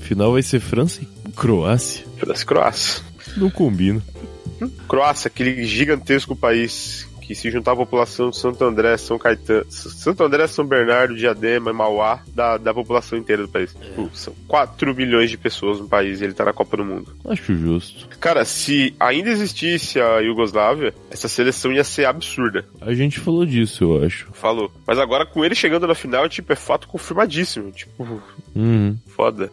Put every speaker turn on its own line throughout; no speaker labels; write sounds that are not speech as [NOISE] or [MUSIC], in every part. Final vai ser França e Croácia.
França e Croácia.
Não combina.
Croácia, aquele gigantesco país que se juntar a população de Santo André, São Caetano, Santo André, São Bernardo, Diadema e Mauá, da, da população inteira do país.
É.
Pô, são 4 bilhões de pessoas no país e ele tá na Copa do Mundo.
Acho justo.
Cara, se ainda existisse a Iugoslávia, essa seleção ia ser absurda.
A gente falou disso, eu acho.
Falou. Mas agora com ele chegando na final, tipo, é fato confirmadíssimo. Tipo,
Uhum.
foda.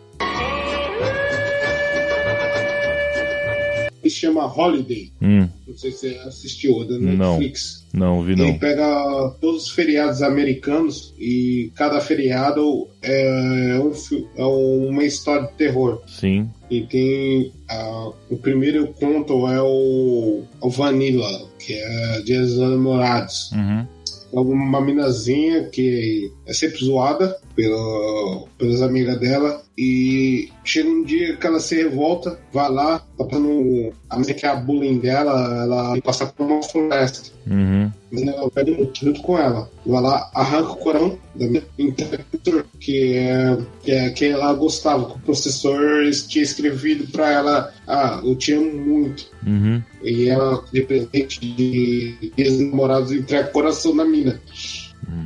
que chama Holiday.
Hum,
Não sei se você assistiu, é da
Não.
Netflix.
não, vi
Ele
não.
pega todos os feriados americanos e cada feriado é, um fi- é uma história de terror.
Sim.
E tem. ah, o primeiro conto é o, o Vanilla, que é Dias dos Namorados.
Uhum.
É uma minazinha que é sempre zoada pela, pelas amigas dela. E chega um dia que ela se revolta, vai lá, tá pra não. A menina que é a bullying dela, ela passa por uma floresta.
Uhum.
A menina velha junto com ela. Vai lá, arranca o corão da menina, entrega pro professor, que é, que é que ela gostava, que o professor tinha escrevido pra ela: Ah, eu te amo muito.
Uhum.
E ela, de presente é de ex-namorados, entrega o coração na mina.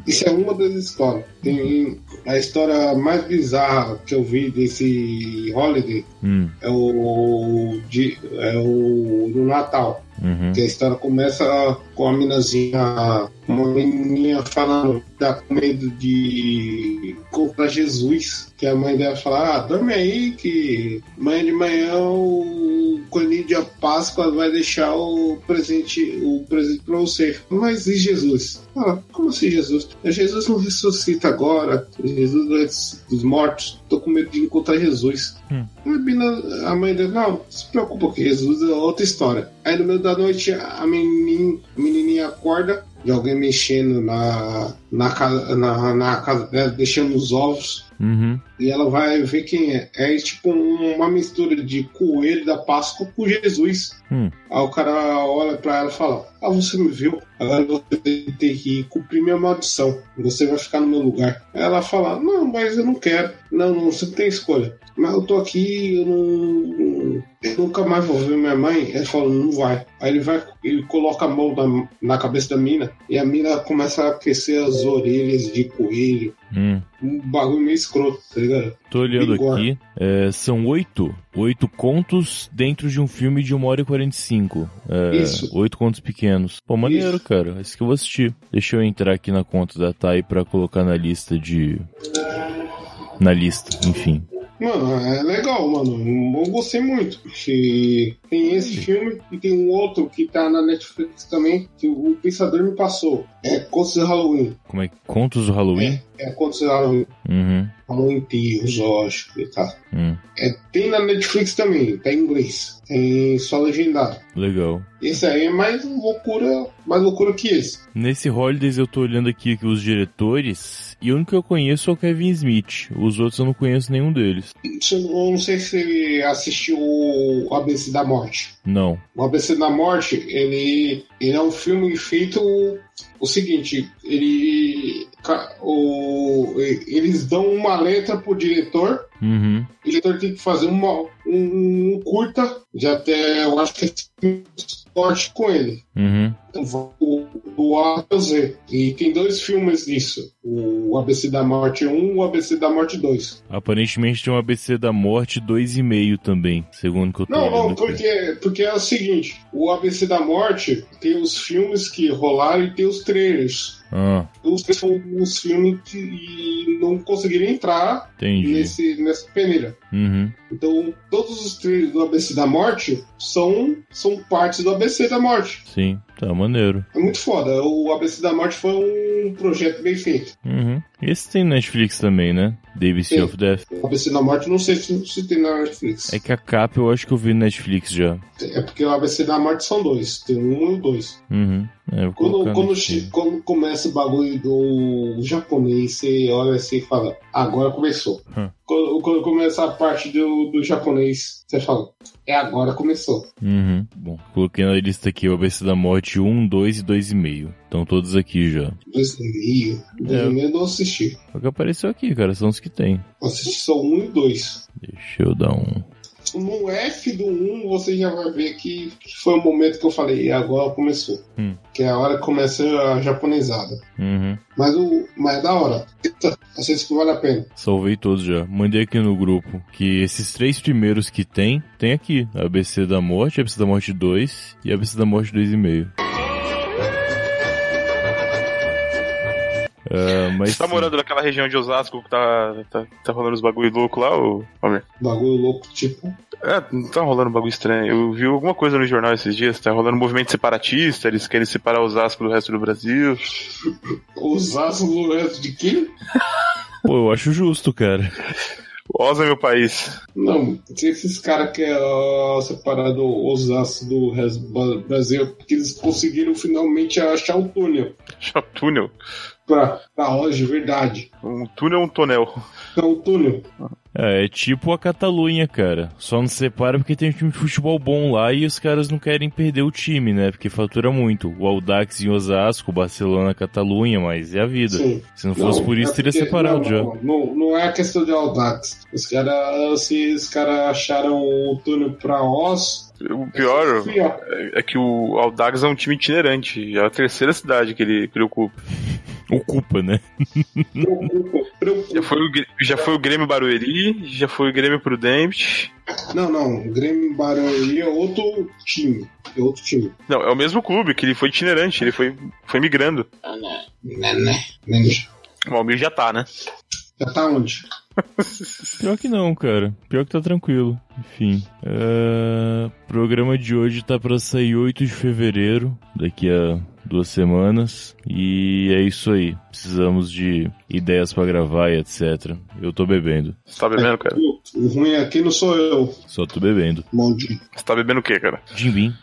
Isso é uma das histórias. Tem a história mais bizarra que eu vi desse Holiday
Hum.
é o de, é o do Natal.
Uhum.
Que a história começa com a minazinha, uma menininha falando tá com medo de comprar Jesus. Que a mãe dela fala, ah, dorme aí que amanhã de manhã o coelhinho de Páscoa vai deixar o presente, o presente pra você. Mas e Jesus? Ah, como assim Jesus? Jesus não ressuscita agora. Jesus não ressuscita dos mortos. Tô com medo de encontrar Jesus. A menina- a mãe dele, não, se preocupa que Jesus é outra história. Aí no meio da noite a menin- a menininha acorda de alguém mexendo na, na, casa, na, na casa dela, deixando os ovos.
Uhum.
E ela vai ver quem é. É tipo um- uma mistura de coelho da Páscoa com Jesus.
Hum.
Aí o cara olha pra ela e fala: Ah, você me viu? Agora você tem que cumprir minha maldição. Você vai ficar no meu lugar. Aí Ela fala: Não, mas eu não quero. Não, não, você não tem escolha. Mas eu tô aqui, eu não. Eu nunca mais vou ver minha mãe. Ele fala: Não vai. Aí ele vai, ele coloca a mão na, na cabeça da mina. E a mina começa a aquecer as orelhas de coelho.
Hum.
Um bagulho meio escroto, tá ligado?
Tô olhando
Bigorna.
aqui. é, são oito. Oito contos dentro de um filme de 1 hora e 45. É,
Isso.
Oito contos pequenos. Pô, maneiro,
Isso.
cara. Esse que eu vou assistir. Deixa eu entrar aqui na conta da Thay pra colocar na lista de. Na lista, enfim.
Mano, é legal, mano. Eu gostei muito. E tem esse filme e tem um outro que tá na Netflix também, que o Pensador me passou. É Contos de Halloween.
Como é que. Contos do Halloween?
É Contos de Halloween.
Uhum.
Halloween Tears, eu acho que tá.
Hum.
É, tem na Netflix também, tá em inglês. Tem só legendado.
Legal.
Esse aí é mais loucura, mais loucura que esse.
Nesse Holidays eu tô olhando aqui os diretores. E o único que eu conheço é o Kevin Smith. Os outros eu não conheço nenhum deles.
Eu não sei se você assistiu o ABC da Morte.
Não.
O ABC da Morte, ele, ele é um filme feito o seguinte, ele ca- o, e- eles dão uma letra pro diretor,
Uhum.
o diretor tem que fazer uma, um, um curta de até, eu acho que é cinco minutos, corte com ele.
Uhum.
Então, vai O, o A ao Z. E tem dois filmes disso. O ABC da Morte 1 e o ABC da Morte 2.
Aparentemente tem um ABC da Morte 2,5 também, segundo que eu tô
Não,
olhando
não,
aqui.
porque, porque é o seguinte: o ABC da Morte tem os filmes que rolaram e tem os trailers.
Ah,
Os, são os um filmes que e não conseguiram entrar
entendi.
nesse, nessa peneira.
Uhum.
Então, todos os trailers do ABC da Morte são, são partes do ABC da Morte.
Sim, tá maneiro.
É muito foda. O ABC da Morte foi um projeto bem feito.
Uhum. Esse tem Netflix também, né?
Sim.
David of Death.
O ABC da Morte, não sei se, se tem na Netflix.
É que a capa eu acho que eu vi no Netflix já.
É porque o ABC da Morte são dois: tem um e o dois.
Uhum. É, eu vou
Quando,
colocar
quando,
no
o chi-
Steam.
quando começa o bagulho do japonês, você olha assim e fala, agora começou.
Hum.
Quando, quando começa a parte do, do japonês, você fala, é agora começou.
Uhum. Bom, coloquei na lista aqui o ABC da Morte 1, 2 e 2,5. Estão todos aqui já.
Dois e meio, dois
É.
e meio eu não assisti.
O que apareceu aqui, cara, são os que tem.
Eu assisti só um e dois.
Deixa eu dar um.
No F do um, você já vai ver que, que foi o momento que eu falei, e agora começou.
Hum.
Que é a hora que começa a japonesada.
Uhum.
Mas o mais da hora, Eita, assisto que vale a pena.
Salvei todos já. Mandei aqui no grupo que esses três primeiros que tem, tem aqui. ABC da Morte, ABC da Morte 2 e ABC da Morte 2,5. Ah, mas
Você tá
sim.
morando naquela região de Osasco que tá, tá, tá rolando os bagulho louco lá, ô Palmer?
Bagulho louco, tipo,
É, não tá rolando um bagulho estranho. Eu vi alguma coisa no jornal esses dias, tá rolando um movimento separatista, eles querem separar Osasco do resto do Brasil.
usar o resto de quê?
Pô, eu acho justo, cara.
Osa é meu país. [LAUGHS]
Não, se esses caras que uh, separaram o Osasco do resto do Ba- Brasil, é porque eles conseguiram finalmente achar um túnel
Chama É túnel.
pra, pra Oz de verdade.
Um túnel é um tonel.
É um túnel.
É, é tipo a Catalunha, cara. Só não separa porque tem um time de futebol bom lá e os caras não querem perder o time, né? Porque fatura muito. O Audax em Osasco, o Barcelona, Catalunha, mas é a vida.
Sim.
Se não fosse por isso,
é
teria
porque-
separado
não,
já.
Não, não, não é questão de Audax. Os caras, se os caras acharam o túnel pra Oz,
O pior
fui, ó.
é que o Aldax é um time itinerante. É a terceira cidade que ele, que ele ocupa.
Ocupa, né? Hum?
Preocupa,
Já
preocupa.
foi, o, Grê- já foi o Grêmio Barueri, já foi o Grêmio Prudente.
Não, não. O Grêmio Barulho é outro time. É outro time.
Não, é o mesmo clube que ele foi itinerante, ele foi, foi migrando.
Né, né? né, né.
O Almir já tá, né?
Já tá onde?
Pior que não, cara. Pior que tá tranquilo. Enfim. é, programa de hoje tá pra sair 8 de fevereiro, daqui a duas semanas. E é isso aí. Precisamos de ideias pra gravar e etc. Eu tô bebendo.
Você tá bebendo, cara?
O ruim aqui não sou eu.
Só tô bebendo.
Maldito.
Você tá bebendo o quê, cara?
Jim Beam.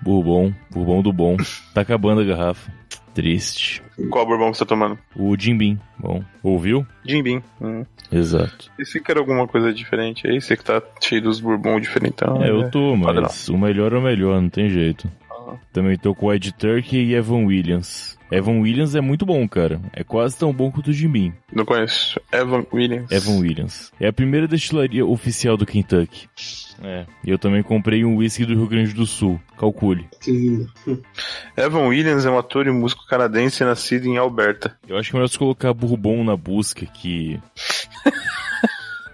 Bourbon. Bourbon do bom. Tá acabando a garrafa. Triste.
Qual bourbon que você tá tomando?
O Jim Beam. Bom, ouviu?
Jim Beam. Hum.
Exato.
Esse cara alguma coisa diferente aí? Você que tá cheio dos bourbon diferentão. né?
É, eu tô,
Padrão.
mas o melhor é o melhor, não tem jeito.
Ah.
Também tô com o Ed Turkey e Evan Williams. Evan Williams é muito bom, cara. É quase tão bom quanto o Jim Beam.
Não conheço. Evan Williams.
Evan Williams. É a primeira destilaria oficial do Kentucky. É. E eu também comprei um whisky do Rio Grande do Sul. Calcule.
Que lindo.
Evan Williams é um ator e músico canadense nascido em Alberta.
Eu acho que é melhor se colocar Bourbon na busca, que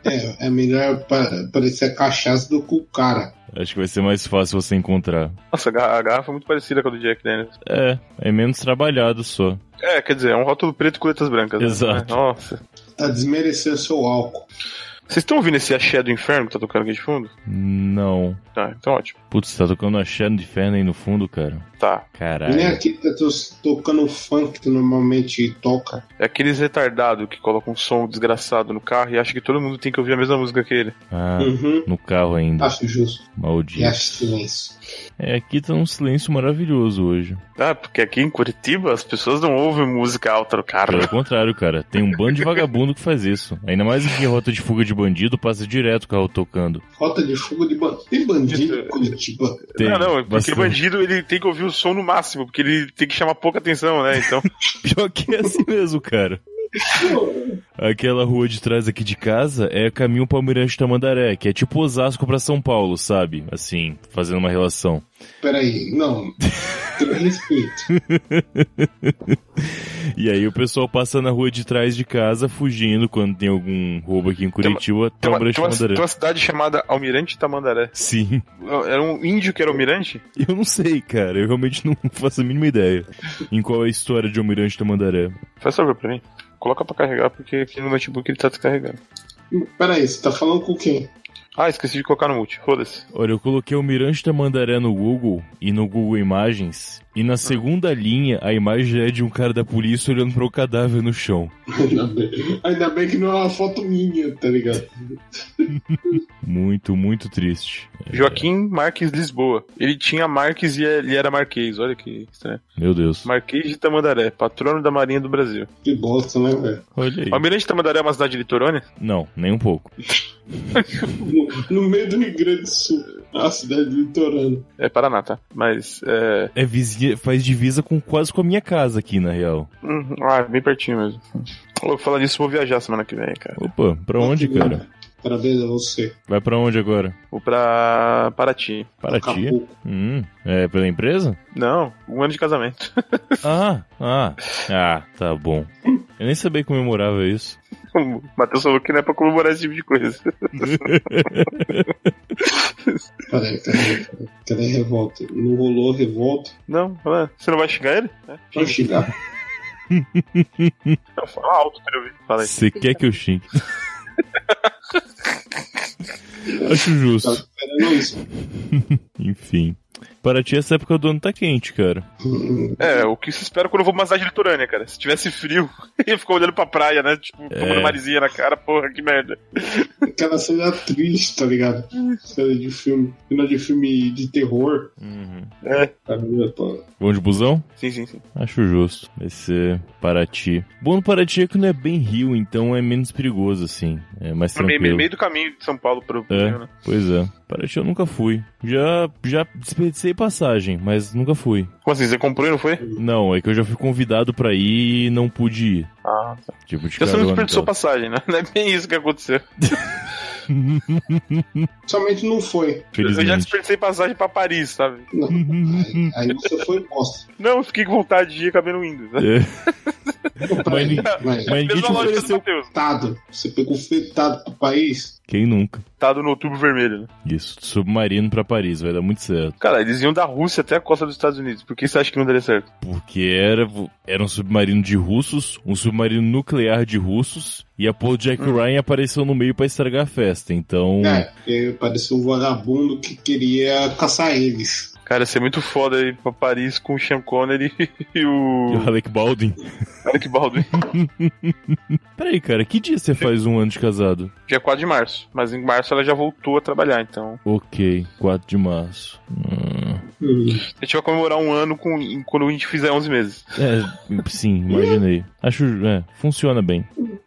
É, é melhor pa- parecer a cachaça do que o cara.
acho que vai ser mais fácil você encontrar.
Nossa, a ga- a garrafa é muito parecida com a do Jack Daniels.
É, é menos trabalhado só.
É, quer dizer, é um rótulo preto com letras brancas. né?
Exato.
Nossa.
Tá desmerecendo seu álcool.
Vocês estão ouvindo esse axé do inferno que tá tocando aqui de fundo?
Não.
Tá, então ótimo.
Putz, tá tocando a Shadow de Inferno aí no fundo, cara.
Tá.
Caralho.
Nem aqui tá to- tocando funk que normalmente toca.
É aqueles retardados que colocam um som desgraçado no carro e acham que todo mundo tem que ouvir a mesma música que ele.
Ah,
Uhum.
no carro ainda.
Acho justo. E
Maldito.
acho silêncio.
É, aqui tá um silêncio maravilhoso hoje.
Ah, porque aqui em Curitiba as pessoas não ouvem música alta no carro.
Pelo contrário, cara. Tem um bando de vagabundo que faz isso. Ainda mais que rota de fuga de bandido passa direto o carro tocando. [LAUGHS]
Rota de fuga de bandido. Tem bandido em
Isso.
Curitiba.
Tem,
não, não, é porque
bastante.
bandido ele tem que ouvir o som no máximo, porque ele tem que chamar pouca atenção,
[LAUGHS]
né? Então,
Pior que é assim mesmo, cara. Aquela rua de trás aqui de casa é caminho palmeirante Tamandaré, que é tipo Osasco pra São Paulo, sabe? Assim, fazendo uma relação.
Peraí, não. Tem respeito.
E aí o pessoal passa na rua de trás de casa, fugindo quando tem algum roubo aqui em Curitiba,
tem
tão
uma, tem
branco
uma-
mandaré.
tem uma cidade chamada Almirante Tamandaré.
Sim, [LAUGHS]
Era um índio que era almirante?
eu não sei, cara. Eu realmente não [LAUGHS] faço a mínima ideia em qual é a história de Almirante Tamandaré.
Faz favor pra mim. Coloca pra carregar, porque aqui no notebook ele tá descarregando.
Peraí, você tá falando com quem?
Ah, esqueci de colocar no multi. Foda-se.
Olha, eu coloquei o Mirante Tamandaré no Google e no Google Imagens, e na segunda linha a imagem é de um cara da polícia olhando para o cadáver no chão.
Ainda bem, ainda bem que não é uma foto minha, tá ligado?
Muito, muito triste.
Joaquim Marques Lisboa. Ele tinha Marques e ele era Marquês. Olha que estranho.
Meu Deus.
Marquês de Tamandaré, patrono da Marinha do Brasil.
Que bosta, né, velho?
Olha aí.
O Almirante Tamandaré é uma cidade litorânea?
Não, nem um pouco.
No, no meio do Rio Grande do Sul, a cidade litorânea.
É Paraná, tá? Mas, é...
É vizinha, faz divisa com quase com a minha casa aqui, na real.
Uhum. Ah, é bem pertinho mesmo. Vou falar disso, vou viajar semana que vem, cara.
Opa, pra onde, cara?
Parabéns a é você.
Vai pra onde agora?
Vou pra Paraty.
Paraty?
Acapulco.
Hum, é pela empresa?
Não, um ano de casamento.
Ah, ah, ah, tá bom. Eu nem sabia que comemorava isso.
O [LAUGHS] Matheus falou que não é pra comemorar esse tipo de coisa.
Peraí, peraí. peraí. Cadê a revolta? Não rolou revolta?
Não, ah, você não vai xingar ele? É.
Vamos xingar.
Não, fala alto pra eu ouvir. Fala aí.
Você quer que eu xingue? [LAUGHS] Acho
Tava
justo.
esperando isso. [LAUGHS]
Enfim. Para ti, essa época do ano tá quente, cara.
É, o que se espera quando eu vou pra uma cidade litorânea, cara. Se tivesse frio, [LAUGHS] ia ficar olhando pra praia, né?
É.
Tipo, tomando marizinha na cara, porra, que merda.
Aquela cena triste, tá ligado? Cena de filme. Cena de filme de terror.
Uhum.
É,
Tá ligado? Pô,
Bom de busão?
sim, sim, sim.
Acho justo. Vai ser Paraty. Bom no Paraty é que não é bem rio, então é menos perigoso, assim. É mais
No meio, meio-
tranquilo.
meio do caminho de São Paulo pro pro
É.
Rio, né?
Pois é. Paraty eu nunca fui. Já, já desperdicei passagem, mas nunca fui.
Como assim? Você comprou e não foi?
Não, é que eu já fui convidado pra ir e não pude ir.
Ah, tá.
Tipo, de
Então você não
carona e
desperdiçou
tal.
passagem, né? [LAUGHS] Não é bem isso que aconteceu.
Somente não foi.
Eu já
Felizmente.
desperdicei passagem pra Paris, sabe?
Não. Aí, aí você foi bosta.
Não, eu fiquei com vontade de ir e acabei não indo. Né?
É.
Não,
Mas
peraí,
ninguém- Mas
mas-
ninguém
Mesma
te
lógica do
ofereceu.
Matheus.
Fetado. Você pegou fetado pro país.
Quem nunca?
Tado no outubro vermelho, né?
Isso. Submarino pra Paris, vai dar muito certo.
Cara, eles iam da Rússia até a costa dos Estados Unidos. Por que você acha que não daria certo?
Porque era, era um submarino de russos, um submarino nuclear de russos, e a Paul Jack
Hum.
Ryan apareceu no meio pra estragar a festa. Então.
É, porque parecia um vagabundo que queria caçar eles.
Cara, ia ser muito foda ir pra Paris com o Sean Connery [LAUGHS] e
E [LAUGHS] o
o
Alec Baldwin.
Alec Baldwin.
Peraí, cara, que dia você faz um ano de casado?
Dia 4 de março. Mas em março ela já voltou a trabalhar, então.
Ok, 4 de março. Hum.
Hum.
A gente vai comemorar um ano com, em- quando a gente fizer 11 meses.
É,
[LAUGHS]
sim, imaginei. Acho. É, funciona bem.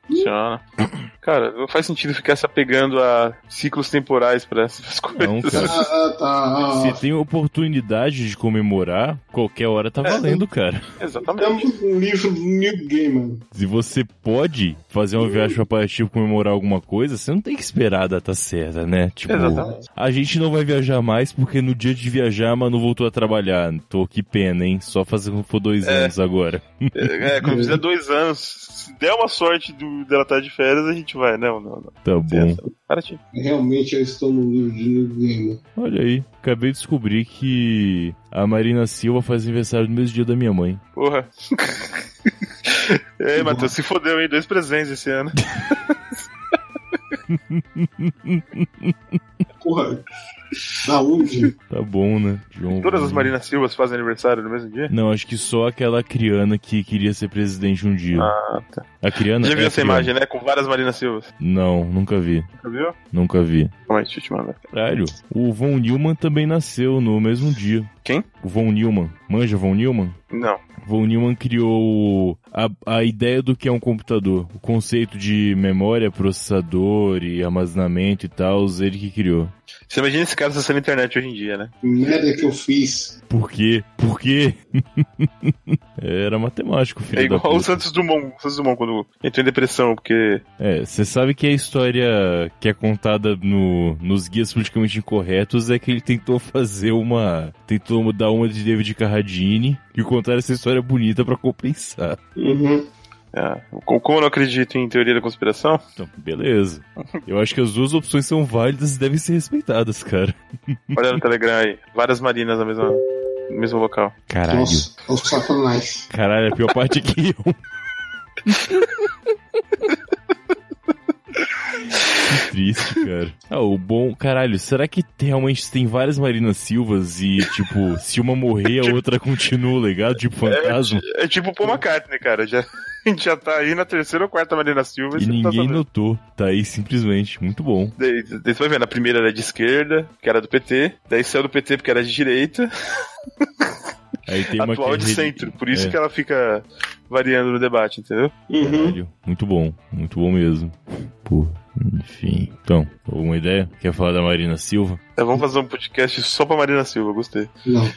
Funciona. né? Cara, não faz sentido ficar se apegando a ciclos temporais pra essas [LAUGHS] coisas.
Não, É
Ah,
um cara.
ah, tá.
Se tem oportunidade de comemorar, qualquer hora
É.
tá valendo, cara.
Exatamente.
Temos um livro do Neil Gaiman.
Se você pode fazer uma viagem pra Paraty pra comemorar alguma coisa, você não tem que esperar a data certa, né? Tipo,
Exatamente.
a gente não vai viajar mais porque no dia de viajar, a Manu voltou a trabalhar. Tô, que pena, hein? Só fazer quando for dois
É.
anos agora.
É, quando fizer dois anos, se der uma sorte do, dela estar de férias, a gente vai. Não, não, não.
Tá bom.
Para, tio.
Realmente eu estou no livro de Neil Gaiman.
Olha aí, acabei de descobrir que a Marina Silva faz aniversário no mesmo dia da minha mãe.
[LAUGHS] Porra. É, Matheus, se fodeu, hein? Dois presentes esse ano.
Porra, da onde?
Tá bom, né? João
Todas as
Vaz.
Marina Silvas fazem aniversário no mesmo dia?
Não, acho que só aquela criana que queria ser presidente um dia.
Ah, tá.
A criana?
Já viu
é a
essa
Criana.
imagem, né? Com várias Marina Silvas.
Não, nunca vi.
Nunca viu?
Nunca vi.
Calma aí, deixa eu te mandar.
Caralho, o Von Neumann também nasceu no mesmo dia.
Quem?
O Von Neumann. Manja Von Neumann?
Não.
Von Neumann criou a, a ideia do que é um computador. O conceito de memória, processador e armazenamento e tal, ele que criou.
Você imagina esse cara acessando a internet hoje em dia, né?
Que merda que eu fiz.
Por quê? Por quê? [LAUGHS] Era matemático, filho
É
da
igual o
puta.
Santos Dumont. O Santos Dumont quando entrou em depressão, porque.
É, você sabe que a história que é contada no, nos guias politicamente incorretos é que ele tentou fazer uma. tentou mudar uma de David Carradine e contar essa história bonita pra compensar.
Uhum.
Ah, co- como eu não acredito em teoria da conspiração,
Então, beleza. Eu acho que as duas opções são válidas e devem ser respeitadas, cara.
olha no Telegram aí. Várias Marinas na mesma. No mesmo local.
Caralho.
Nossa, é o satanás.
Caralho, a pior parte é que eu. Que triste, cara. Ah, o bom. Caralho, será que realmente tem várias Marina Silvas e, tipo, se uma morrer,
[LAUGHS]
a outra continua legado, tipo fantasma?
É, é tipo o Paul McCartney, cara. Já, [LAUGHS] a gente já tá aí na terceira ou quarta Marina Silva
E
você não tá
ninguém
sabendo.
notou. Tá aí simplesmente. Muito bom.
Daí, daí você vai vendo, a primeira era de esquerda, que era do PT, daí saiu do PT porque era de direita,
Aí tem uma
atual
que é
de
rede-
centro, por isso
é.
que ela fica variando no debate, entendeu?
Uhum.
Caralho, muito bom, muito bom mesmo. Pô, enfim. Então, alguma ideia? Quer falar da Marina Silva?
É, vamos fazer um podcast só pra Marina Silva, gostei.
Não.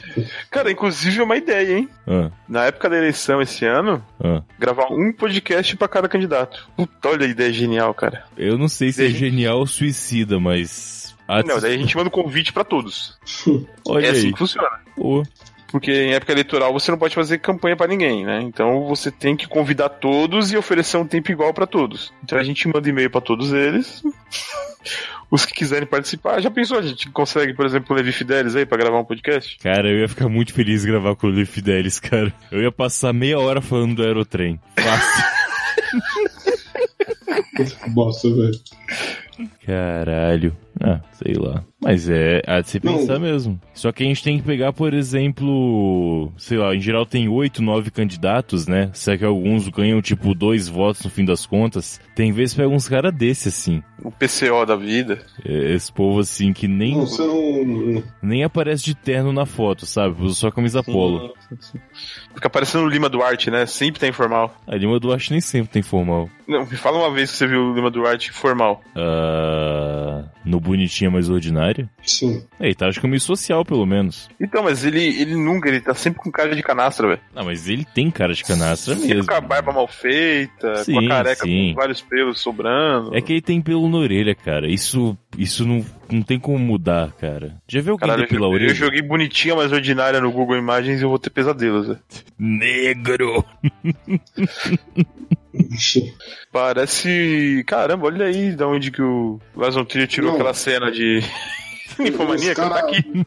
Cara, inclusive é uma ideia, hein?
Ah,
Na época da eleição esse ano,
ah.
gravar um podcast pra cada candidato. Puta, olha a ideia genial, cara.
Eu não sei se é
Daí a gente-
genial ou suicida, mas. Ah,
Não, daí a gente manda um convite pra todos.
[LAUGHS] Olha
é assim
aí.
que funciona.
Pô,
Porque em época eleitoral você não pode fazer campanha pra ninguém, né? Então você tem que convidar todos e oferecer um tempo igual pra todos. Então a gente manda e-mail pra todos eles. [LAUGHS] Os que quiserem participar, já pensou? A gente consegue, por exemplo, o Levi Fidelis aí pra gravar um podcast?
cara, eu ia ficar muito feliz em gravar com o Levi Fidelis, [LAUGHS] cara. Eu ia passar meia hora falando do aerotrem.
[LAUGHS]
Fácil.
[LAUGHS] Bosta, velho.
Caralho. Ah, sei lá. Mas é, há de se
Não.
pensar mesmo. Só que a gente tem que pegar, por exemplo, sei lá, em geral tem oito, nove candidatos, né? Será que alguns ganham, tipo, dois votos no fim das contas? Tem vezes que pega uns caras desse, assim.
Um O PCO da vida.
É, Esse povo, assim, que nem,
Não, você não.
nem aparece de terno na foto, sabe? Usa só camisa polo.
Fica parecendo o Lima Duarte, né? Sempre tá informal.
A Lima Duarte nem sempre tem formal.
Não, me fala uma vez que você viu o Lima Duarte informal.
Ah, no Bonitinha Mais Ordinária?
Sim.
É, tá, acho que é meio social, pelo menos.
Então, mas ele, ele nunca, ele tá sempre com cara de canastra, velho.
Não, Ah, mas ele tem cara de canastra
Sempre
mesmo.
com a barba mal feita, com
Sim,
a careca
sim.
com vários pelos sobrando.
É que ele tem pelo na orelha, cara. Isso, isso não, não tem como mudar, cara. Já viu alguém
Caralho,
depilar a
eu,
orelha?
eu joguei bonitinha, mas ordinária no Google Imagens e eu vou ter pesadelos, né? velho.
Negro!
Vixe.
Parece. Caramba, olha aí da onde que o Vason Trio tirou
Não.
aquela cena
[LAUGHS]
de. [LAUGHS] Ninfomaníaca,
Os cara-
tá aqui.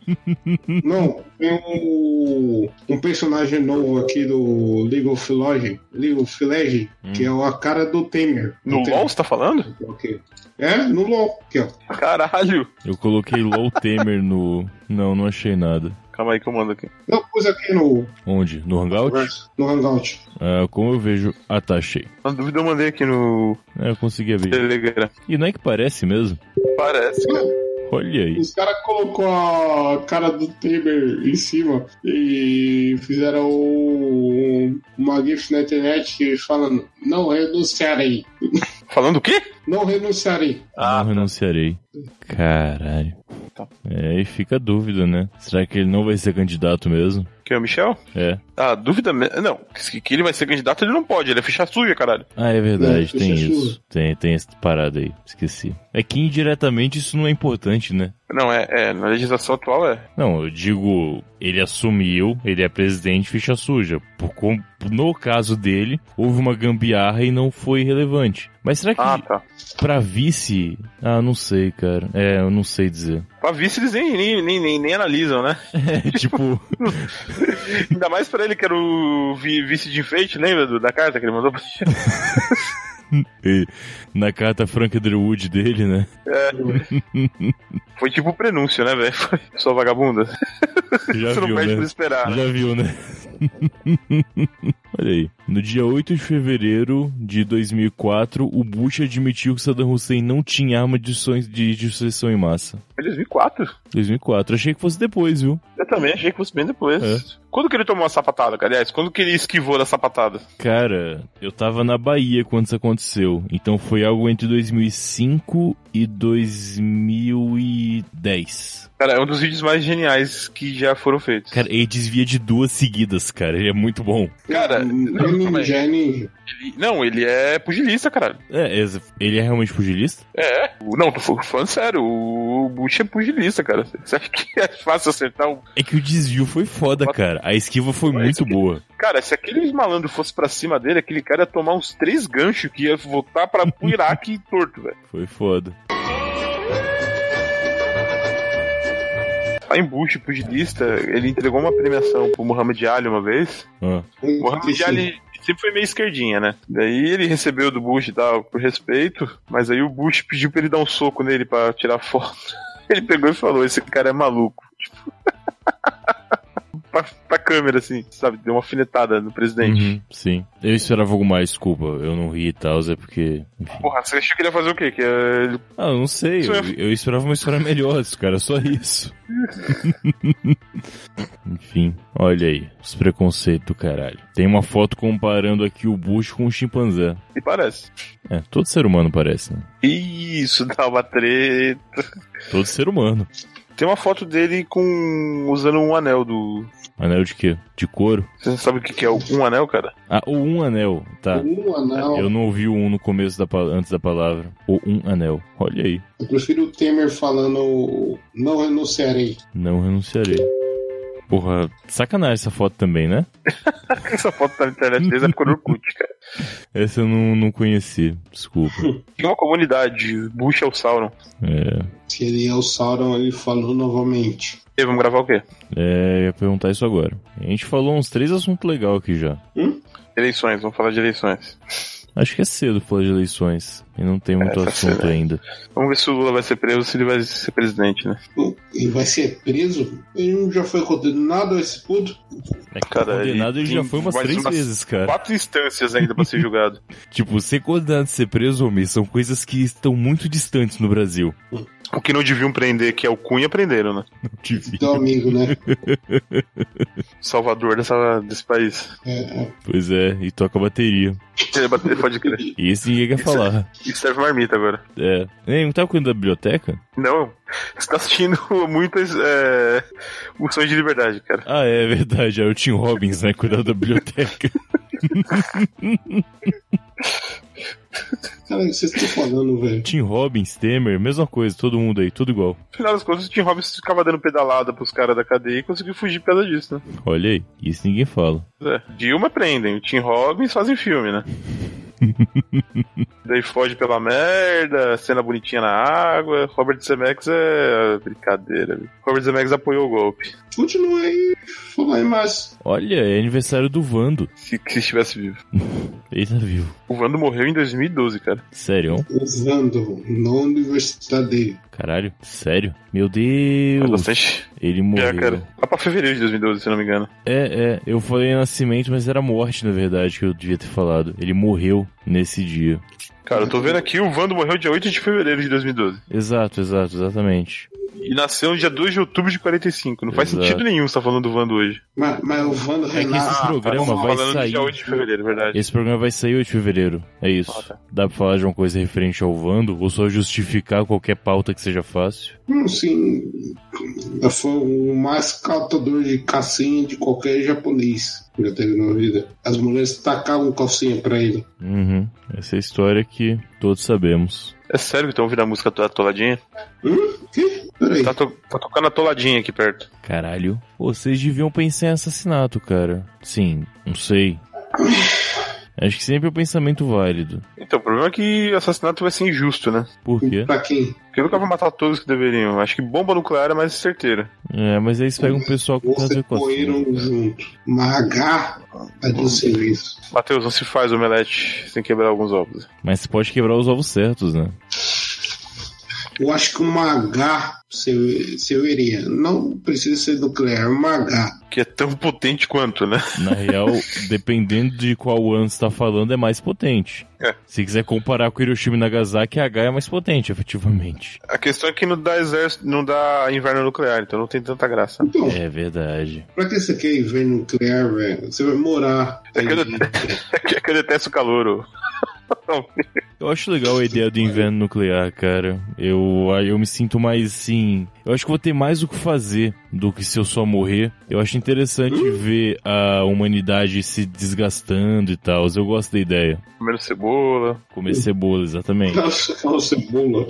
Não, tem um, um personagem novo aqui do League of Legends, League of Legends que é a cara do Temer.
No
Não tem-
LOL, você tá falando?
Ok. É, no LOL. Aqui, ó.
Caralho!
Eu coloquei LOL Temer no. Não, não achei nada.
Calma aí que eu mando aqui.
Não, pus É aqui no,
Onde? No Hangout?
no Hangout.
Ah, como eu vejo. Ah, tá, achei.
Na dúvida, eu mandei aqui no
É, eu consegui ver.
Telegram.
E não é que parece mesmo?
Parece.
Olha aí.
Os caras colocou a cara do Temer em cima e fizeram um- uma GIF na internet falando: Não renunciarei.
Falando o quê?
Não renunciarei.
não renunciarei. Caralho.
Tá.
É, e fica a dúvida, né? Será que ele não vai ser candidato mesmo?
Quem é o Michel?
É.
Ah, dúvida me- Não, que que ele vai ser candidato, ele não pode, ele é ficha suja, caralho.
Ah, é verdade,
Não,
tem
isso é
isso.
sua.
Tem, tem essa parada aí. Esqueci. É que indiretamente isso não é importante, né?
Não, é, é, na legislação atual é.
Não, eu digo, ele assumiu, ele é presidente ficha suja. Por com- no caso dele, houve uma gambiarra e não foi relevante. Mas será que
Ah, tá.
pra vice. Ah, não sei, cara. É, eu não sei dizer. [LAUGHS]
Pra vice eles nem, nem, nem, nem, nem analisam, né?
É tipo.
Ainda mais pra ele que era o vi- vice de enfeite, lembra do- da carta que ele mandou
[LAUGHS]
pra gente?
E na carta Frank Underwood dele, né?
É. Foi tipo o prenúncio, né, velho? Foi Só vagabunda.
Já
Você não
viu,
perde por
né?
esperar. né?
Já viu, né? [LAUGHS] Olha aí. No dia 8 de fevereiro de 2004, o Bush admitiu que Saddam Hussein não tinha arma de, so- de, de sucessão em massa.
Foi 2004.
2004. Achei que fosse depois, viu?
Eu também achei que fosse bem depois.
É.
Quando que ele tomou a sapatada, cara? Aliás, quando que ele esquivou da sapatada?
Cara, eu tava na Bahia quando isso aconteceu. Então foi algo entre 2005 e 2010.
Cara, é um dos vídeos mais geniais que já foram feitos.
Cara, ele desvia de duas seguidas, cara. Ele é muito bom.
Cara,
não, é
calma aí.
ninja, é ninja.
Ele- Não, ele é pugilista, caralho.
É, é- ele é realmente pugilista?
É, o- não, tô fal- falando sério, o Bush é pugilista, cara. Você acha que é fácil acertar o.
É que o desvio foi foda, cara. A esquiva foi
Mas-
muito boa.
Cara, se aquele malandro fosse pra cima dele, aquele cara ia tomar uns três ganchos que ia voltar pra pro Iraque torto, velho.
Foi foda.
Lá Tá em tipo, Bush, pugilista, ele entregou uma premiação pro Muhammad Ali uma vez.
um
Ah,
O Muhammad Ali sempre foi meio esquerdinha, né? Daí ele recebeu do Bush e tal, por respeito, mas aí o Bush pediu pra ele dar um soco nele pra tirar foto. [LAUGHS] Ele pegou e falou: Esse cara é maluco. Tipo. [LAUGHS] pra, pra câmera, assim, sabe? Deu uma alfinetada no presidente.
Uhum, sim. Eu esperava algo mais, desculpa. Eu não ri e tal, é porque.
Porra, você achou que ele ia fazer o quê? Que eh, ele
Ah, eu não sei.
Isso
Eu,
é-
eu esperava uma história melhor [LAUGHS] desse cara, só [LAUGHS] isso. Enfim, olha aí. Os preconceitos do caralho. Tem uma foto comparando aqui o Bush com o chimpanzé.
ele parece.
É, todo ser humano parece, né?
Isso, [LAUGHS] dá uma treta.
Todo ser humano.
Tem uma foto dele com. usando um anel do.
Anel de quê? De couro?
Você sabe o que, que é um anel, cara?
Ah, o um anel, tá.
Um anel.
Eu não ouvi o um no começo da pa- antes da palavra. O um anel. Olha aí.
Eu prefiro o Temer falando não renunciarei.
Não renunciarei. Porra, sacanagem essa foto também, né?
Essa foto tá na internet desde a época do Orkut, cara.
Essa eu não, não conheci,
[LAUGHS]
desculpa.
Tem uma comunidade, Bush é o Sauron.
É,
Se ele é o Sauron, ele falou novamente.
E aí, vamos gravar o quê?
é, eu ia perguntar isso agora. A gente falou uns três assuntos legais aqui já.
Eleições, vamos falar de eleições.
Acho que é cedo falar de eleições e não tem muito
É, tá
assunto
cedo.
ainda.
Vamos ver se o Lula vai ser preso, se ele vai ser presidente, né?
Ele vai ser preso? Ele não já foi condenado a esse puto?
É que
Cara,
condenado
ele
ele já
tem
foi umas
mais
três
umas
vezes, cara.
Quatro instâncias ainda pra ser julgado.
Tipo, ser condenado e ser preso ou omisso são coisas que estão muito distantes no Brasil. [LAUGHS]
O que não deviam prender, que é o Cunha, prenderam, né?
Não te vi.
Teu amigo, né?
Salvador dessa, desse país.
É, é.
Pois é, e toca a bateria.
Ele bater, pode crer.
E esse ninguém quer
Isso é-
falar.
E serve marmita agora.
É. Ei, não tava cuidando da biblioteca?
Não, você tá assistindo muitas é, o Sonho de Liberdade, cara.
Ah, é verdade. Era o Tim Robbins, né? Cuidado da biblioteca. [LAUGHS]
Cara, vocês estão falando, velho.
Tim Robbins, Temer, mesma coisa. Todo mundo aí, tudo igual.
No final das contas, o Tim Robbins ficava dando pedalada pros caras da cadeia e conseguiu fugir por causa disso, né?
Olha aí. Isso ninguém fala.
É, Dilma prendem, o Tim Robbins fazem
[LAUGHS]
filme, né? Daí foge pela merda, cena bonitinha na água. Robert Zemeckis é brincadeira. viu? Robert Zemeckis apoiou o golpe,
Continua aí, fala aí mais.
Olha, é aniversário do Vando.
se, se estivesse vivo.
Ele tá vivo.
O Vando morreu em 2012, cara.
Sério?
Usando na universidade dele.
Caralho? Sério? Meu
Faz
Deus.
É bastante.
Ele
Já,
morreu.
cara. Lá pra fevereiro de 2012, se não me engano.
É, é. Eu falei nascimento, mas era morte, na verdade, que eu devia ter falado. Ele morreu nesse dia.
Cara, eu tô vendo aqui, o Vando morreu dia 8 de fevereiro de 2012.
Exato, exato, exatamente.
E nasceu no dia 2 de outubro de 45. Não faz
Exato.
sentido nenhum você tá falando do Vando hoje.
Mas, mas o Vando
É que
Renato.
esse programa
tá
vai
falando do
sair.
dia 8 de fevereiro, é verdade.
Esse programa vai sair 8 de fevereiro. É isso.
Ah, tá.
Dá pra falar de uma coisa referente ao Vando ou só justificar qualquer pauta que seja fácil?
Hum, sim. Foi o mais caltador de calcinha de qualquer japonês que já teve na vida. As mulheres tacavam calcinha pra ele.
Uhum. Essa é a história que todos sabemos.
É sério que estão ouvindo a música da Toladinha?
Hum? Que? Peraí.
Tá, to- tá tocando a Toladinha aqui perto.
Caralho. Vocês deviam pensar em assassinato, cara. Sim, não sei. Acho que sempre é o pensamento válido.
Então, o problema é que assassinato vai ser injusto, né?
Por quê? Tá
Pra quem?
Porque nunca vai matar todos que deveriam. Acho que bomba nuclear é mais certeira.
É, mas aí eles pegam um pessoal com tanto
Vocês
equação.
correram junto. Mas H tá de serviço.
Matheus, não se faz omelete sem quebrar alguns ovos.
Mas você pode quebrar os ovos certos, né?
Eu acho que uma H você você veria. Não precisa ser nuclear, uma H.
Que é tão potente quanto, né?
Na real, dependendo de qual ano você tá falando, é mais potente.
É.
Se quiser comparar com Hiroshima e Nagasaki, a H é mais potente, efetivamente.
A questão é que não dá exército, não dá inverno nuclear, então não tem tanta graça. [LAUGHS]
Então,
É verdade.
pra que você quer inverno nuclear, velho? Você vai morar. né?
É que eu não- É que é que eu detesto o calor. ô.
Eu acho legal a ideia do inverno nuclear, cara. Eu, aí eu me sinto mais, assim... Eu acho que vou ter mais o que fazer do que se eu só morrer. Eu acho interessante ver a humanidade se desgastando e tal. Eu gosto da ideia.
Comendo cebola.
Comer cebola, exatamente.
Nossa, aquela cebola.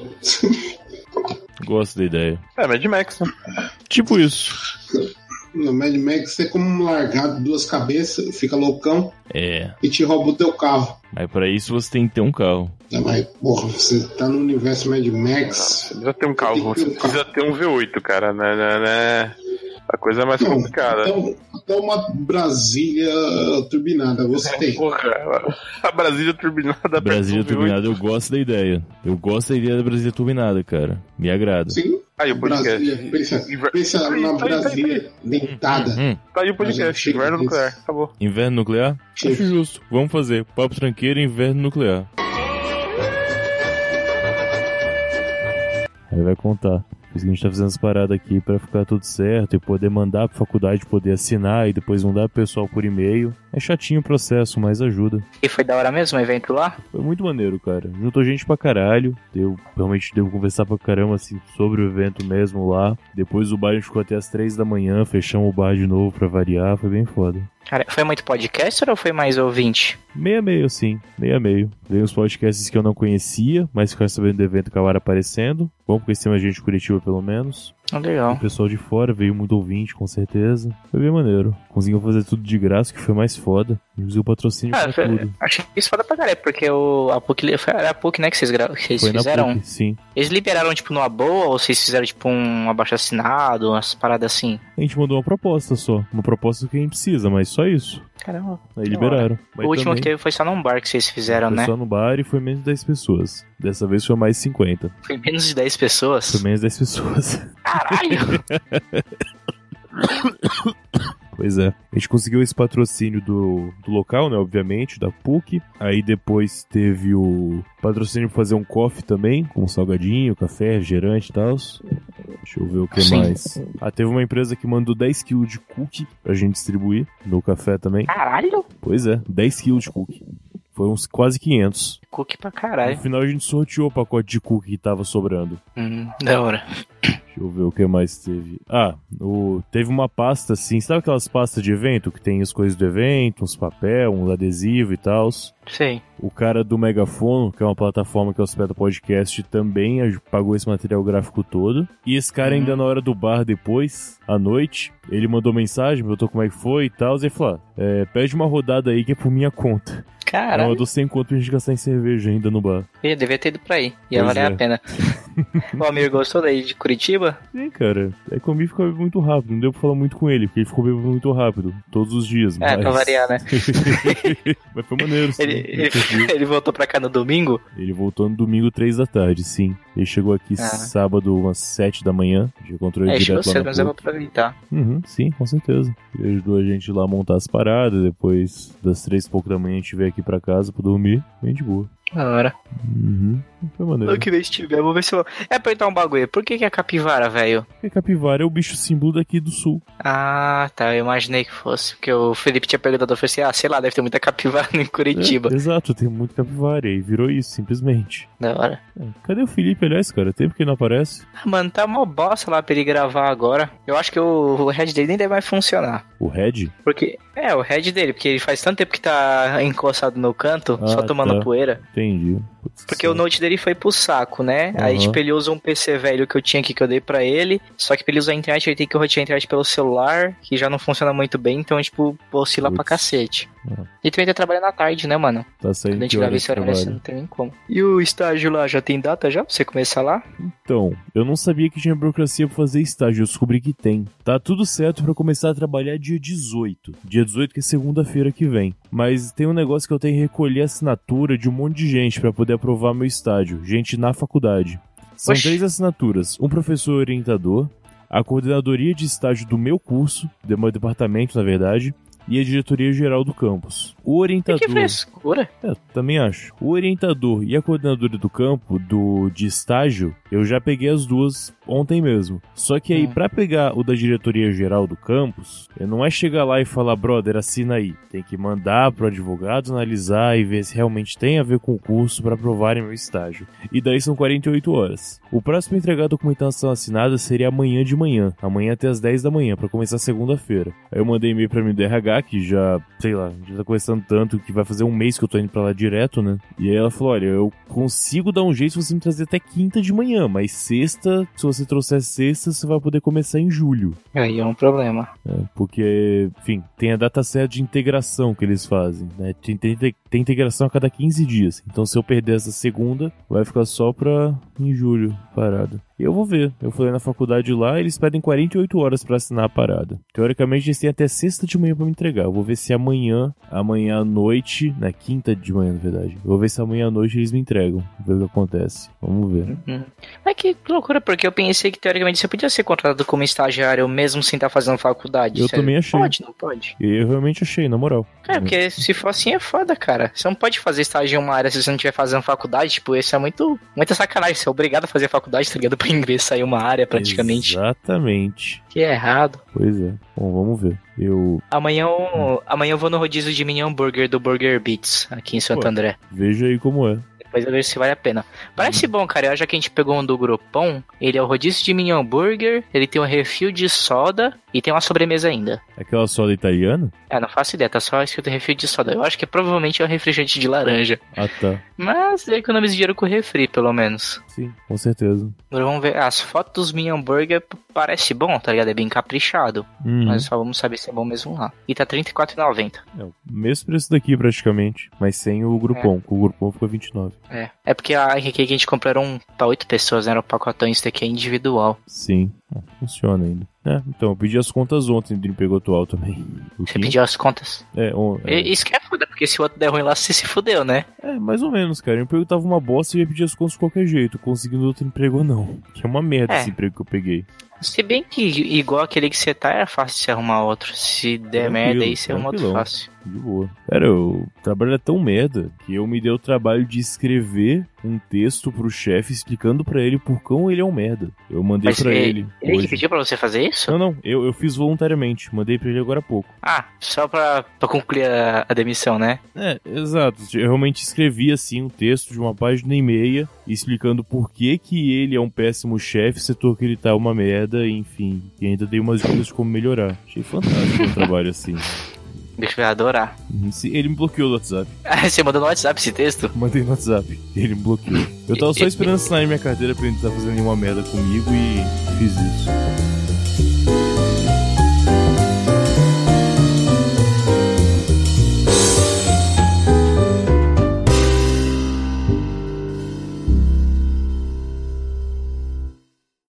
Gosto da ideia.
É, Mad Max, né?
Tipo isso.
No Mad Max você come um largado, duas cabeças, fica loucão
É,
e te rouba o teu carro.
mas pra isso você tem que ter um carro.
Tá, Mas, porra, você tá no universo Mad Max.
Você precisa ter um carro, você precisa ter um V8, cara. Né, né, né. A coisa é mais
Não,
complicada.
Então, então uma Brasília turbinada, você tem.
Porra, [LAUGHS] a Brasília turbinada
Brasília
perturbou muito.
Turbinada, eu gosto da ideia. Eu gosto da ideia da Brasília Turbinada, cara. Me agrada.
Sim,
Aí o podcast.
Brasília. Pensa,
Inver-
pensa
Aí,
na
tá aí, tá aí,
Brasília dentada.
Hum,
Tá aí o
Mas,
podcast.
chega
Inverno
disso.
nuclear. Acabou.
inverno nuclear?
Chega.
Acho justo. Vamos fazer. Papo tranqueiro, inverno nuclear. Aí vai contar. Por isso que a gente tá fazendo essa parada aqui pra ficar tudo certo e poder mandar pra faculdade, poder assinar e depois mandar pro pessoal por e-mail. É chatinho o processo, mas ajuda.
E foi da hora mesmo o evento lá?
Foi muito maneiro, cara. Juntou gente pra caralho. Eu realmente devo conversar pra caramba, assim, sobre o evento mesmo lá. Depois o bar a gente ficou até as três da manhã, fechamos o bar de novo pra variar. Foi bem foda.
Cara, foi muito podcaster ou foi mais ouvinte?
Meia meio, sim. Meia meio. Veio uns podcasts que eu não conhecia, mas ficaram sabendo do evento e acabaram aparecendo. Vamos conhecer mais gente de Curitiba, pelo menos.
Ah,
O
Legal.
pessoal de fora veio muito ouvinte, com certeza. Foi bem maneiro. Conseguiu fazer tudo de graça, que foi mais foda. Inclusive o patrocínio
Ah,
pra
foi-
tudo.
Achei isso foda pra caralho, porque o, a PUC, foi era a PUC, né, que vocês, gra- que vocês
Foi na
fizeram.
PUC, sim.
Eles liberaram, tipo, numa boa, ou vocês fizeram, tipo, um abaixo-assinado, umas paradas assim?
A gente mandou uma proposta só. Uma proposta que a gente precisa, mas só isso.
Caramba.
Aí
Que
liberaram.
o último que teve foi só num bar que vocês fizeram,
foi
né?
só no bar e foi menos de 10 pessoas. Dessa vez foi mais 50.
Foi menos de 10 pessoas.
Foi menos de 10 [LAUGHS] pessoas.
Caralho!
pois é. A gente conseguiu esse patrocínio do, do local, né? Obviamente, da PUC. Aí depois teve o patrocínio pra fazer um coffee também, com salgadinho, café, refrigerante e tal. Deixa eu ver o que
Sim.
mais. Ah, teve uma empresa que mandou 10kg de cookie pra gente distribuir no café também.
Caralho!
Pois é, 10kg de cookie. Foram uns quase 500.
Cookie pra
No
caralho.
final a gente sorteou o pacote de cookie que tava sobrando.
Hum, da hora.
Deixa eu ver o que mais teve. Ah, o- teve uma pasta assim, sabe aquelas pastas de evento que tem as coisas do evento, uns papel, uns adesivo e tal.
Sei.
O cara do Megafono, que é uma plataforma que hospeda podcast, também aj- pagou esse material gráfico todo. E esse cara
Uhum.
ainda na hora do bar depois, à noite, ele mandou mensagem, perguntou como é que foi e tal, e ele falou, ah, é, pede uma rodada aí que é por minha conta. Ela
Caralho.
mandou 100 conto pra gente gastar em cerveja ainda no bar.
Eu devia ter ido pra aí. Ia
Pois
valer
é.
a
[LAUGHS]
pena. o amigo gostou daí de Curitiba?
Sim, cara. É que o Mi ficou muito rápido. Não deu pra falar muito com ele, porque ele ficou bebendo muito rápido. Todos os dias.
É,
mas...
pra variar, né?
[LAUGHS] mas foi maneiro, sim.
Ele,
Ele,
ele, [LAUGHS] ele voltou pra cá no domingo?
ele voltou no domingo, três da tarde, sim. Ele chegou aqui
Ah.
sábado, umas sete da manhã. A gente encontrou ele
É, chegou
direto lá
cedo,
na
mas eu vou
PUC.
aproveitar.
Uhum, sim, com certeza. Ele ajudou a gente lá a montar as paradas. Depois das três e pouco da manhã, a gente veio aqui pra casa pra dormir. Bem de boa.
Da hora.
Uhum. Foi maneiro.
Não que nem estiver, vou ver se eu. É perguntar um bagulho. Por que, que é capivara, velho?
Porque capivara é o bicho símbolo daqui do sul.
Ah, tá. Eu imaginei que fosse. Porque o Felipe tinha perguntado, eu falei assim: ah, sei lá, deve ter muita capivara [LAUGHS] em Curitiba.
É, exato, tem muito capivara. E virou isso, simplesmente.
Da hora.
É, Cadê o Felipe, aliás, cara? Tempo que ele não aparece.
Ah, mano, tá mó bosta lá pra ele gravar agora. Eu acho que o, o head dele nem deve mais funcionar.
O Red?
Porque. É, o head dele, porque ele faz tanto tempo que tá encostado no canto,
Ah,
só tomando
tá.
poeira.
Entendi. Putz,
Porque o note dele foi pro saco, né? Aí,
Aham.
tipo, ele usa um PC velho que eu tinha aqui, que eu dei pra ele. Só que pra ele usar a internet, ele tem que rotear a internet pelo celular, que já não funciona muito bem. Então, tipo, oscila
Putz.
pra cacete.
É.
E também tá trabalhando à tarde, né, mano?
Tá
Quando
saindo
a gente
de
grava
hora
esse
esse
horário, assim,
trabalho.
não tem nem como. E o estágio lá, já tem data já pra você começar lá?
Então, eu não sabia que tinha burocracia pra fazer estágio. Eu descobri que tem. Tá tudo certo pra começar a trabalhar dia 18. Dia 18 que é segunda-feira que vem. Mas tem um negócio que eu tenho que recolher assinatura de um monte de gente pra poder aprovar meu estágio. Gente na faculdade. São
Oxi.
três assinaturas. Um professor orientador, a coordenadoria de estágio do meu curso, do meu departamento, na verdade, e a diretoria geral do campus. O
E
orientador...
que frescura?
É, também acho. O orientador e a coordenadora do campo, do de estágio, eu já peguei as duas ontem mesmo. Só que aí,
Hum.
pra pegar o da diretoria geral do campus, eu não é chegar lá e falar, brother, assina aí. Tem que mandar pro advogado analisar e ver se realmente tem a ver com o curso pra aprovarem meu estágio. E daí são 48 horas. O próximo a entregar a documentação assinada seria amanhã de manhã. Amanhã até as 10 da manhã, pra começar segunda-feira. Aí eu mandei e-mail pra mim do RH, que já, sei lá, já tá conversando tanto que vai fazer um mês que eu tô indo pra lá direto, né? E aí ela falou: olha, eu consigo dar um jeito se você me trazer até quinta de manhã, mas sexta, se você trouxer sexta, você vai poder começar em julho.
Aí é um problema.
Porque, enfim, tem a data certa de integração que eles fazem, né? Tem, tem, tem integração a cada 15 dias. Então, se eu perder essa segunda, vai ficar só pra em julho, parado. Eu vou ver. Eu falei na faculdade lá, eles pedem 48 horas pra assinar a parada. Teoricamente, eles têm até sexta de manhã pra me entregar. Eu vou ver se amanhã, amanhã à noite, na quinta de manhã, na verdade. Eu vou ver se amanhã à noite eles me entregam. Ver o que acontece. Vamos ver.
Uhum. Mas que loucura, porque eu pensei que teoricamente você podia ser contratado como estagiário mesmo sem estar fazendo faculdade.
Eu
sério.
também achei.
Pode, não pode.
E eu realmente achei, na moral.
Cara, É, porque se for assim é foda, cara. Você não pode fazer estágio em uma área se você não estiver fazendo faculdade. Tipo, isso é muito. Muita sacanagem. Você é obrigado a fazer faculdade, tá ligado? [LAUGHS] Pra ingressar em uma área praticamente.
Exatamente.
Que é errado.
Pois é. Bom, vamos ver. Eu
Amanhã eu, amanhã eu vou no rodízio de mini hambúrguer do Burger Beats, aqui em Santo
Pô.
André.
vejo aí como é.
Depois eu vejo se vale a pena. Parece bom, cara. Já que a gente pegou um do grupão, ele é o rodízio de mini hambúrguer, ele tem um refil de soda e tem uma sobremesa ainda.
É Aquela soda italiana?
Ah, não faço ideia, tá só escrito refil de soda. Eu acho que provavelmente é um refrigerante de laranja.
Ah, tá.
Mas eu economizo dinheiro com o refri, pelo menos.
Sim, com certeza.
Agora vamos ver. As fotos dos mini hambúrguer p- parece bom, tá ligado? É bem caprichado.
Uhum.
Mas só vamos saber se é bom mesmo lá. E tá R$34,90.
É, o mesmo preço daqui praticamente, mas sem o Groupon. Com o Groupon ficou 29.
É. É porque a RQ que a gente comprou era um pra oito pessoas, né? Era um pacotão, isso daqui é individual.
Sim, Ah, funciona ainda. É, então, eu pedi as contas ontem do Emprego Atual também. O
Você
Kim-
pediu as contas.
É, on- é.
E- Isso que é foda, porque se o outro der ruim lá, você se fudeu, né?
É, mais ou menos, cara. O emprego tava uma bosta e eu ia pedir as contas de qualquer jeito, conseguindo outro emprego ou não. Que é uma merda
É.
esse emprego que eu peguei.
Se bem que igual aquele que você tá, era fácil de se arrumar outro. Se der
Tranquilo,
merda aí, você arruma outro
tranquilão.
fácil.
De boa. Cara, o trabalho é tão merda que eu me dei o trabalho de escrever um texto pro chefe explicando pra ele por cão ele é um merda. Eu mandei
Mas
pra
é-
ele.
Ele que
hoje.
pediu pra você fazer isso?
Não, não, eu, eu fiz voluntariamente. Mandei pra ele agora há pouco.
Ah, só pra, pra concluir a, a demissão, né?
É, exato. Eu realmente escrevi assim um texto de uma página e meia explicando por que que ele é um péssimo chefe, setor que ele tá uma merda, enfim. E ainda dei umas dicas de como melhorar. Achei fantástico o trabalho
[LAUGHS]
assim.
O bicho vai adorar.
Uhum, se- Ele me bloqueou do WhatsApp.
Ah, [LAUGHS] você mandou no WhatsApp esse texto?
Mandei no WhatsApp. Ele me bloqueou. Eu tava só esperando assinar minha carteira pra ele não tá fazendo nenhuma merda comigo e fiz isso.